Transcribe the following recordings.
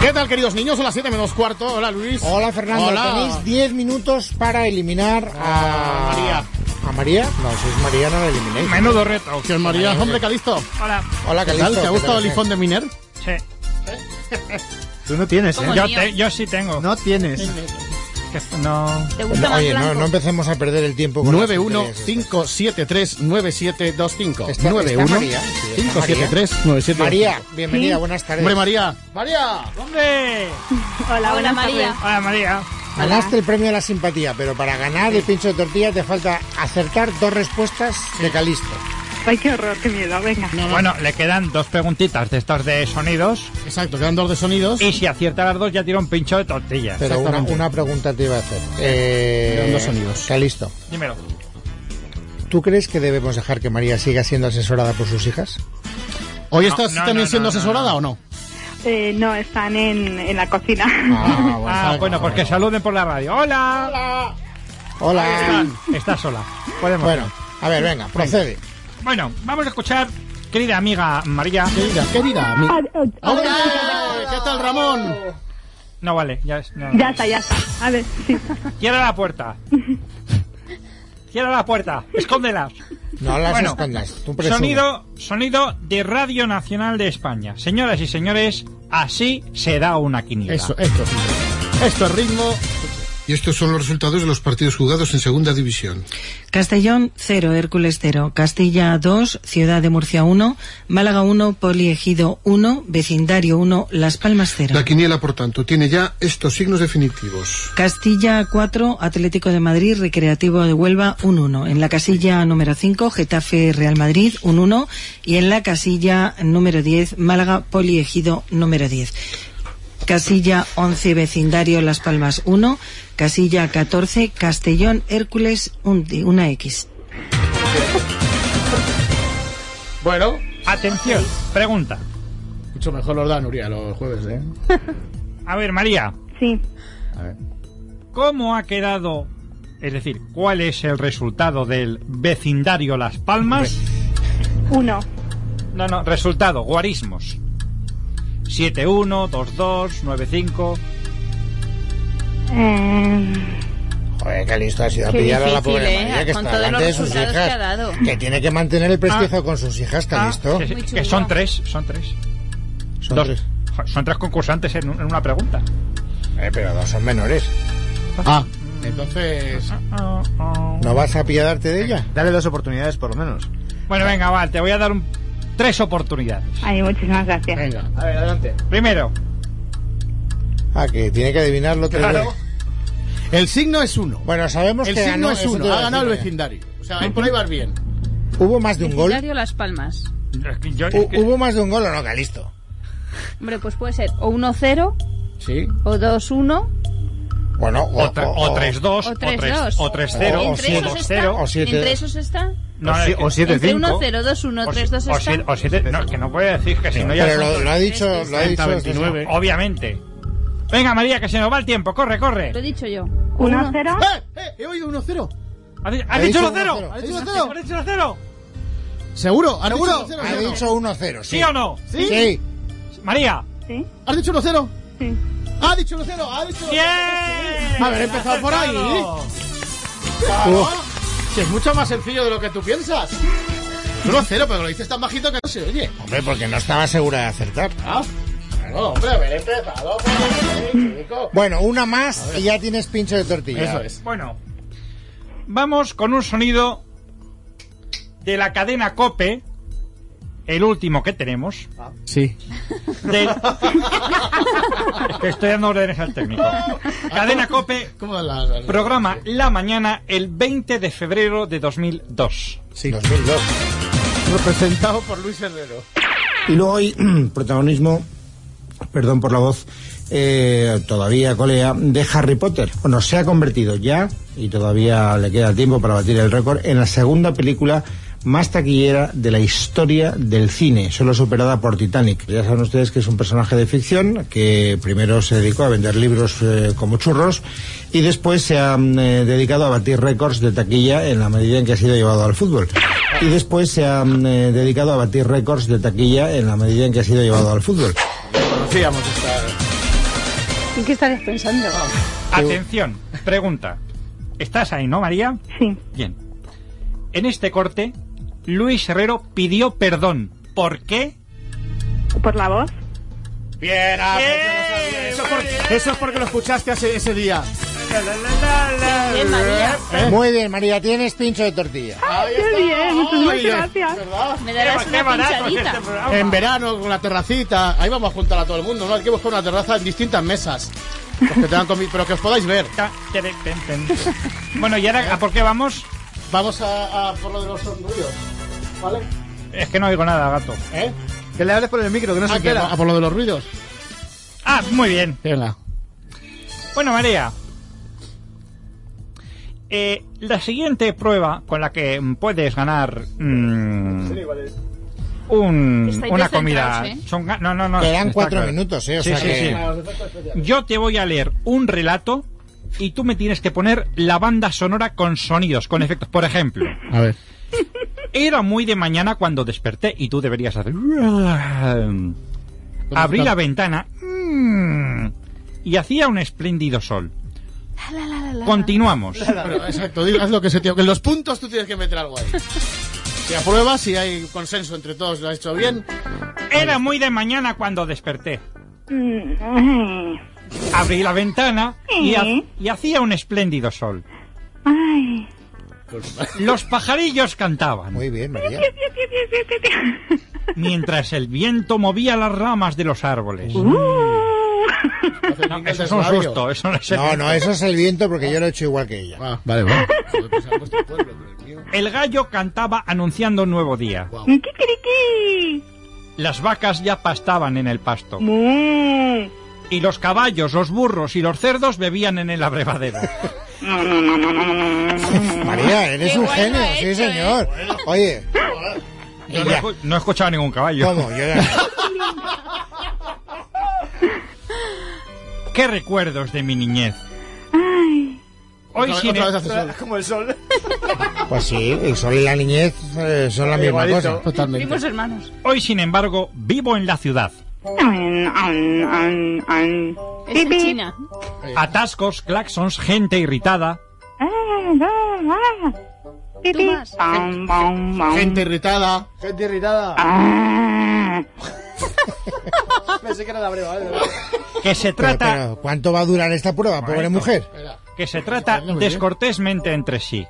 ¿Qué tal, queridos niños? Son las 7 menos cuarto. Hola, Luis. Hola, Fernando. Hola. Tenéis 10 minutos para eliminar a... María. ¿A María? No, si es María no la eliminéis. Menudo reto. ¿Qué es María? Hombre, Calisto. Hola. Hola, ¿Qué Calisto. tal? ¿Te ha gustado el iPhone de Miner? Sí. Tú no tienes, ¿eh? Como Yo, el mío. te- yo sí tengo. No tienes. Que- no. ¿Te gusta más Oye, no, blanco? no empecemos a perder el tiempo con las tonterías estas. 915739725. Está- está María. Sí, está María. 915739725. María, bienvenida, Sí. buenas tardes. Hombre, María. María. ¡Hombre! Hola, Hola, buenas María. tardes. Hola, María. Ganaste el premio a la simpatía, pero para ganar el pincho de tortilla te falta acertar dos respuestas de Calisto. Ay, qué horror, qué miedo. Venga. Bueno, le quedan dos preguntitas de estas de sonidos. Exacto, quedan dos de sonidos. Y si acierta las dos, ya tira un pincho de tortilla. Pero una, Exactamente. una pregunta te iba a hacer. Eh, Eran dos sonidos. Calisto, Dímelo. ¿tú crees que debemos dejar que María siga siendo asesorada por sus hijas? ¿Hoy No, estás no, también no, siendo no, no, asesorada no. o no? Eh, no, están en, en la cocina. Ah, bueno, porque saluden por la radio. ¡Hola! Hola. Está sola. Podemos. Bueno, a ver, venga, procede. Bueno, vamos a escuchar, querida amiga María. Querida, querida. mi- Hola. Hombre, ¿Qué tal, Ramón? No vale, ya es. no. Ya está, ya está. A ver, sí. Cierra la puerta. Cierra la puerta. Escóndelas. No las Bueno, escondas. Tú presume. Sonido, sonido de Radio Nacional de España. Señoras y señores, así se da una quiniela. Eso, esto. Esto es ritmo. Y estos son los resultados de los partidos jugados en Segunda División. Castellón 0, Hércules 0, Castilla 2, Ciudad de Murcia 1, Málaga 1, Poliegido 1, Vecindario 1, Las Palmas 0. La quiniela, por tanto, tiene ya estos signos definitivos. Castilla 4, Atlético de Madrid, Recreativo de Huelva 1-1. En la casilla número 5, Getafe Real Madrid 1-1. Y en la casilla número 10, Málaga Poliegido número 10. Casilla 11, Vecindario Las Palmas 1. Casilla 14, Castellón Hércules un- una X. Bueno, Atención, pregunta. mucho mejor los da Nuria los jueves, ¿eh? A ver, María, Sí. ¿cómo ha quedado? Es decir, ¿cuál es el resultado del vecindario Las Palmas? Uno. No, no, resultado, guarismos. 7-1, 2-2, 9-5. Eh, Joder, Calisto ha sido a Qué pillar a la difícil, pobre ¿eh? María que Con está todos delante de los sus hijas. resultados que ha dado. que tiene que mantener el prestigio Ah. con sus hijas, Calisto. Ah, Que, Muy que chulo. son tres, son tres. Son Dos- tres. jo, son tres concursantes en, un- en una pregunta. Eh, pero dos son menores. Ah, entonces. ¿No vas a piadarte de ella? Dale dos oportunidades por lo menos. Bueno, venga, va, te voy a dar un- tres oportunidades. ay, muchísimas gracias. Venga. A ver, adelante. Primero, Ah, que tiene que adivinarlo tres veces. El signo es uno. Bueno, sabemos El que signo ganó, es eso te uno. iba a Ha ganado el decir, ¿eh? vecindario. O sea, ahí por ahí vas bien. María. ¿Hubo más de un gol? Vecindario Las Palmas. yo- Hu- ¿Hubo más de un gol o no, Calisto? Hombre, pues puede ser o 1-0 Sí. o 2-1. Bueno, o, o, tre- o 3-2, o o 3-2. 3-0, o 3-0, O- o o Entre esos está. 2-0. o siete- Entre esos está. No, es que- o siete Entre cinco. 1-0, 2-1, o si- 3-2 o si- está. o siete- no, es que no puede decir que si no ya Pero es- lo, lo ha dicho... Lo ha dicho 29. Obviamente. Venga, María, que se nos va el tiempo. Corre, corre. Lo he dicho yo. Uno Uno. cero. ¡Eh! ¡Eh! He oído 1-0. ¿Has, di- has Ha dicho dicho lo cero? 1-0. ¿Has Ha dicho dicho lo cero? cero. ¿Has dicho lo cero? ¿Seguro? ¿Has dicho 1-0? Ha dicho 1-0, sí. ¿Sí o no? ¿Sí? Sí. María. Sí, ¿Has dicho 1-0? sí. ¡Ha dicho 1-0! ¡Ha dicho 1-0! ¡Bien! Haber empezado por ahí. Acertado. Claro. Ah, Si es mucho más sencillo de lo que tú piensas. 1-0, pero lo dices tan bajito que no se oye. Hombre, porque no estaba segura de acertar. Ah, claro, hombre, haber empezado por ahí, chico. Bueno, una más y ya tienes pincho de tortilla. Eso es. Bueno, vamos con un sonido de la cadena Cope, el último que tenemos. Sí. del- Es que estoy dando órdenes al técnico. Cadena Cope, ¿Cómo la, la- programa La Mañana el 20 de febrero de 2002. Sí. 2002. Representado por Luis Herrero. Y luego hay protagonismo, perdón por la voz, eh, todavía colea, de Harry Potter. Bueno, se ha convertido ya, y todavía le queda tiempo para batir el récord, en la segunda película más taquillera de la historia del cine, solo superada por Titanic. Ya saben ustedes que es un personaje de ficción que primero se dedicó a vender libros eh, como churros y después se ha mm, eh, dedicado a batir récords de taquilla en la medida en que ha sido llevado al fútbol. Y después se ha mm, eh, dedicado a batir récords de taquilla en la medida en que ha sido llevado al fútbol. Conocíamos esta. ¿En qué estarías pensando? Atención, pregunta. ¿Estás ahí, no, María? Sí. Bien. En este corte, Luis Herrero pidió perdón. ¿Por qué? ¿Por la voz? Bien, ah, pues ¡Eh! yo lo sabía. eso, es porque, eso es porque lo escuchaste hace- ese día. Bien, María. Eh, Muy bien, María, tienes pincho de tortilla. Ahí qué está. bien, muchísimas Ay, gracias. ¿verdad? Me darás una este pinchadita. En verano, con la terracita, ahí vamos a juntar a todo el mundo, ¿no? Hay que buscar una terraza en distintas mesas. Los que tengan comi- pero que os podáis ver. Ta- tere- ten- ten. Bueno, ¿y ahora a por qué vamos? Vamos a, a por lo de los ruidos, ¿vale? Es que no oigo nada, gato. ¿Eh? Que le hables por el micro, que no se Ah, que- entera. a por lo de los ruidos. Ah, muy bien. Venga. Bueno, María. eh, la siguiente prueba con la que mm, puedes ganar mm, un- Estáis una descentrados, comida. ¿eh? son ga- no, no, no. Te dan está cuatro claro. minutos, ¿eh? O Sí, sea sí, que... sí. Yo te voy a leer un relato y tú me tienes que poner la banda sonora con sonidos, con efectos. Por ejemplo, A ver. era muy de mañana cuando desperté y tú deberías hacer. "Ah, Abrí la ventana mm, y hacía un espléndido sol. Continuamos. Bueno, exacto, di- haz lo que se te... En los puntos tú tienes que meter algo ahí. Si apruebas, si hay consenso entre todos, lo has hecho bien. Era muy de mañana cuando desperté. Mm, ay, Abrí la ventana y, ha- y hacía un espléndido sol. ay. Los pajarillos cantaban. Muy bien, María. mientras el viento movía las ramas de los árboles. No, eso es un susto, eso no es el No, no, eso es el viento porque yo lo he hecho igual que ella. Ah, vale, vale. El gallo cantaba anunciando un nuevo día. Kikiriki. Las vacas ya pastaban en el pasto. Mu. Y los caballos, los burros y los cerdos bebían en el abrevadero. María, eres Qué un guay lo genio, ha sí hecho, señor. Oye, Yo no, he escu- no he escuchado ningún caballo. ¿cómo? Yo ya- ¿Qué recuerdos de mi niñez? Hoy Otra- sin e- otra el- vez hace sol. Como el sol. Pues sí, el sol y la niñez eh, son la misma Igualito. cosa. Totalmente. Primos hermanos. Hoy, sin embargo, vivo en la ciudad. An, an, an, an. Es de Pip, pip. China. Atascos, claxons, gente irritada. Ah, ah, ah. Pip, Tú pip. más. Pam, pam, pam. Gente irritada. Gente irritada. Ah. Pensé que era la breva. ¿eh? Que se Pero, trata, pero, ¿cuánto va a durar esta prueba, pobre Correcto. mujer? que se trata descortésmente entre sí.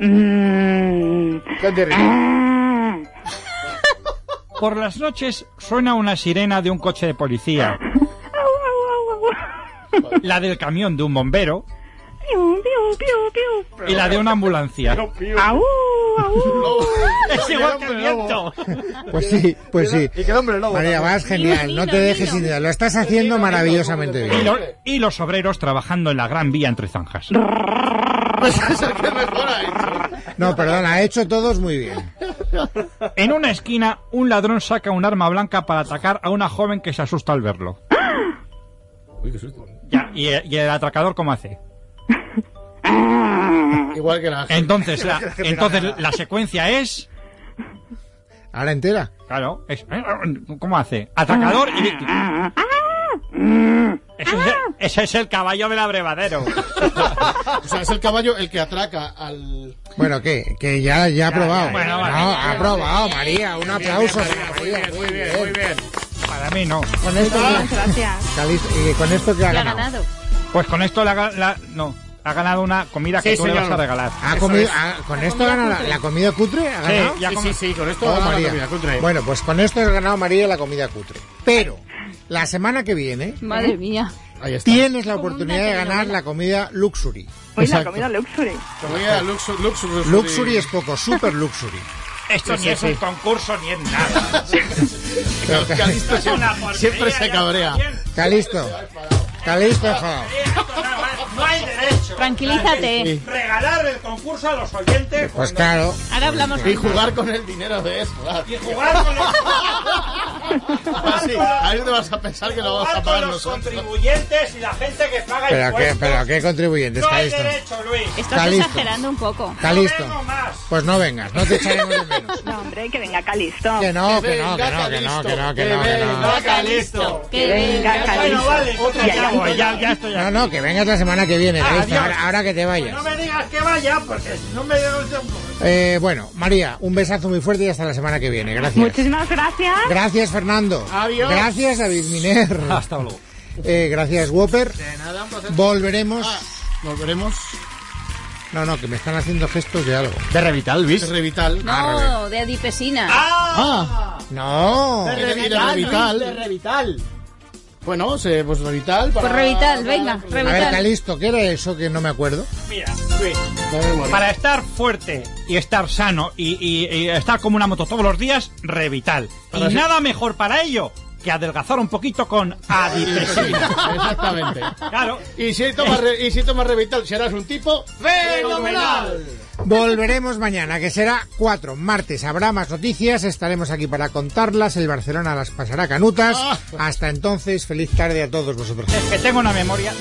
Mm. Gente irritada. Ah. Por las noches suena una sirena de un coche de policía, Au, au, au, au. la del camión de un bombero Piu, piu, piu, piu. y la de una ambulancia. Au, au. ¡Es igual que el viento! Pues sí, pues sí. Y quedó hombre lobo. María, vas genial, no te dejes sin idea. Lo estás haciendo maravillosamente Y, bien. lo- y los obreros trabajando en la gran vía entre zanjas. Pues es el que mejor ¿eh? ha hecho. No, perdona, ha hecho todos muy bien. En una esquina, un ladrón saca un arma blanca para atacar a una joven que se asusta al verlo. Ya, y, el- y el atracador, ¿cómo hace? Igual que la Entonces, la, entonces la secuencia es. Ahora entera. Claro, es. eh, ¿Cómo hace? Atacador y víctima. Ese es, el- ese es el caballo del abrevadero. O sea, es el caballo el que atraca al. Bueno, ¿qué? Que ya, ya ha probado. ya, bueno, no, vale. ha probado, María. Un aplauso. María, muy bien. Para mí no. Con esto, Muchas gracias. Calixto, ¿y con esto que ha Lo ha ganado. ganado. Pues con esto la, ga- la- no, ha ganado una comida que Sí, tú le señor. vas a regalar. Ha comido, ha- con esto ha ganado la, la comida cutre. ¿Ha ganado? ya como- con esto Oh, gana la María. comida, contra él. Bueno, pues con esto ha ganado María la comida cutre. Pero la semana que viene Madre mía. Ahí está. tienes la Como una oportunidad de ganar telenovela. la comida luxury. Hoy Pues la Exacto. comida luxury. Comida luxu- luxury. Luxury es poco, super luxury. Esto ni Sí, es sí, un sí. concurso ni es nada. Pero, Calisto Es una siempre, porquería, ¿eh? siempre se ya cabrea. está bien. Calisto. Calisto, joder. Esto no, no hay derecho. Tranquilízate. Regalar el concurso a los oyentes Pues claro. Ahora hablamos. Y jugar con el dinero de eso. ¿verdad? y jugar con los... Así, Ah, ahí te vas a pensar que lo vamos a pagar los nosotros. contribuyentes y la gente que paga Pero qué, impuestos. pero qué contribuyentes, No hay Calixto. derecho, Luis. Estás listo. exagerando un poco. Calixto. No vengo más. Pues no vengas, no te echaremos de menos. No, hombre, que venga Calisto. Que no, que no, que venga, no, que no, Calixto, que no, que que no, que no. venga. Calisto. Que Venga, venga. Calisto. Bueno, vale, Otra ya, ya, ya, voy, otra ya, ya estoy No, aquí. no, que vengas la semana que viene, Calixto, adiós. ahora, ahora que te Pues No vayas. me digas que vaya, porque si no me... Eh, bueno, María, un besazo muy fuerte y hasta la semana que viene. Gracias. Muchísimas gracias. Gracias, Fernando. Adiós. Gracias, David Miner. Hasta luego. Eh, gracias, Whopper. De nada, un placer. Volveremos. Ah, Nos veremos. No, no, que me están haciendo gestos de algo. De Revital, Luis. Es Ah, Revital. No, de adipesina. Ah, No. de Revital. Revital. Bueno, se- pues Revital. Para... Pues Revital, venga, A ver, Revital. Calixto, ¿qué era eso que no me acuerdo? Mira, Luis, para estar fuerte y estar sano y, y- y estar como una moto todos los días, revital. Y nada mejor para ello que adelgazar un poquito con adipesina. Exactamente. Claro. Y si tomas, re- y si tomas Revital, serás un tipo fenomenal. Volveremos mañana, que será 4. Martes habrá más noticias, estaremos aquí para contarlas, el Barcelona las pasará canutas. Ah. Hasta entonces, feliz tarde a todos vosotros. Es que tengo una memoria.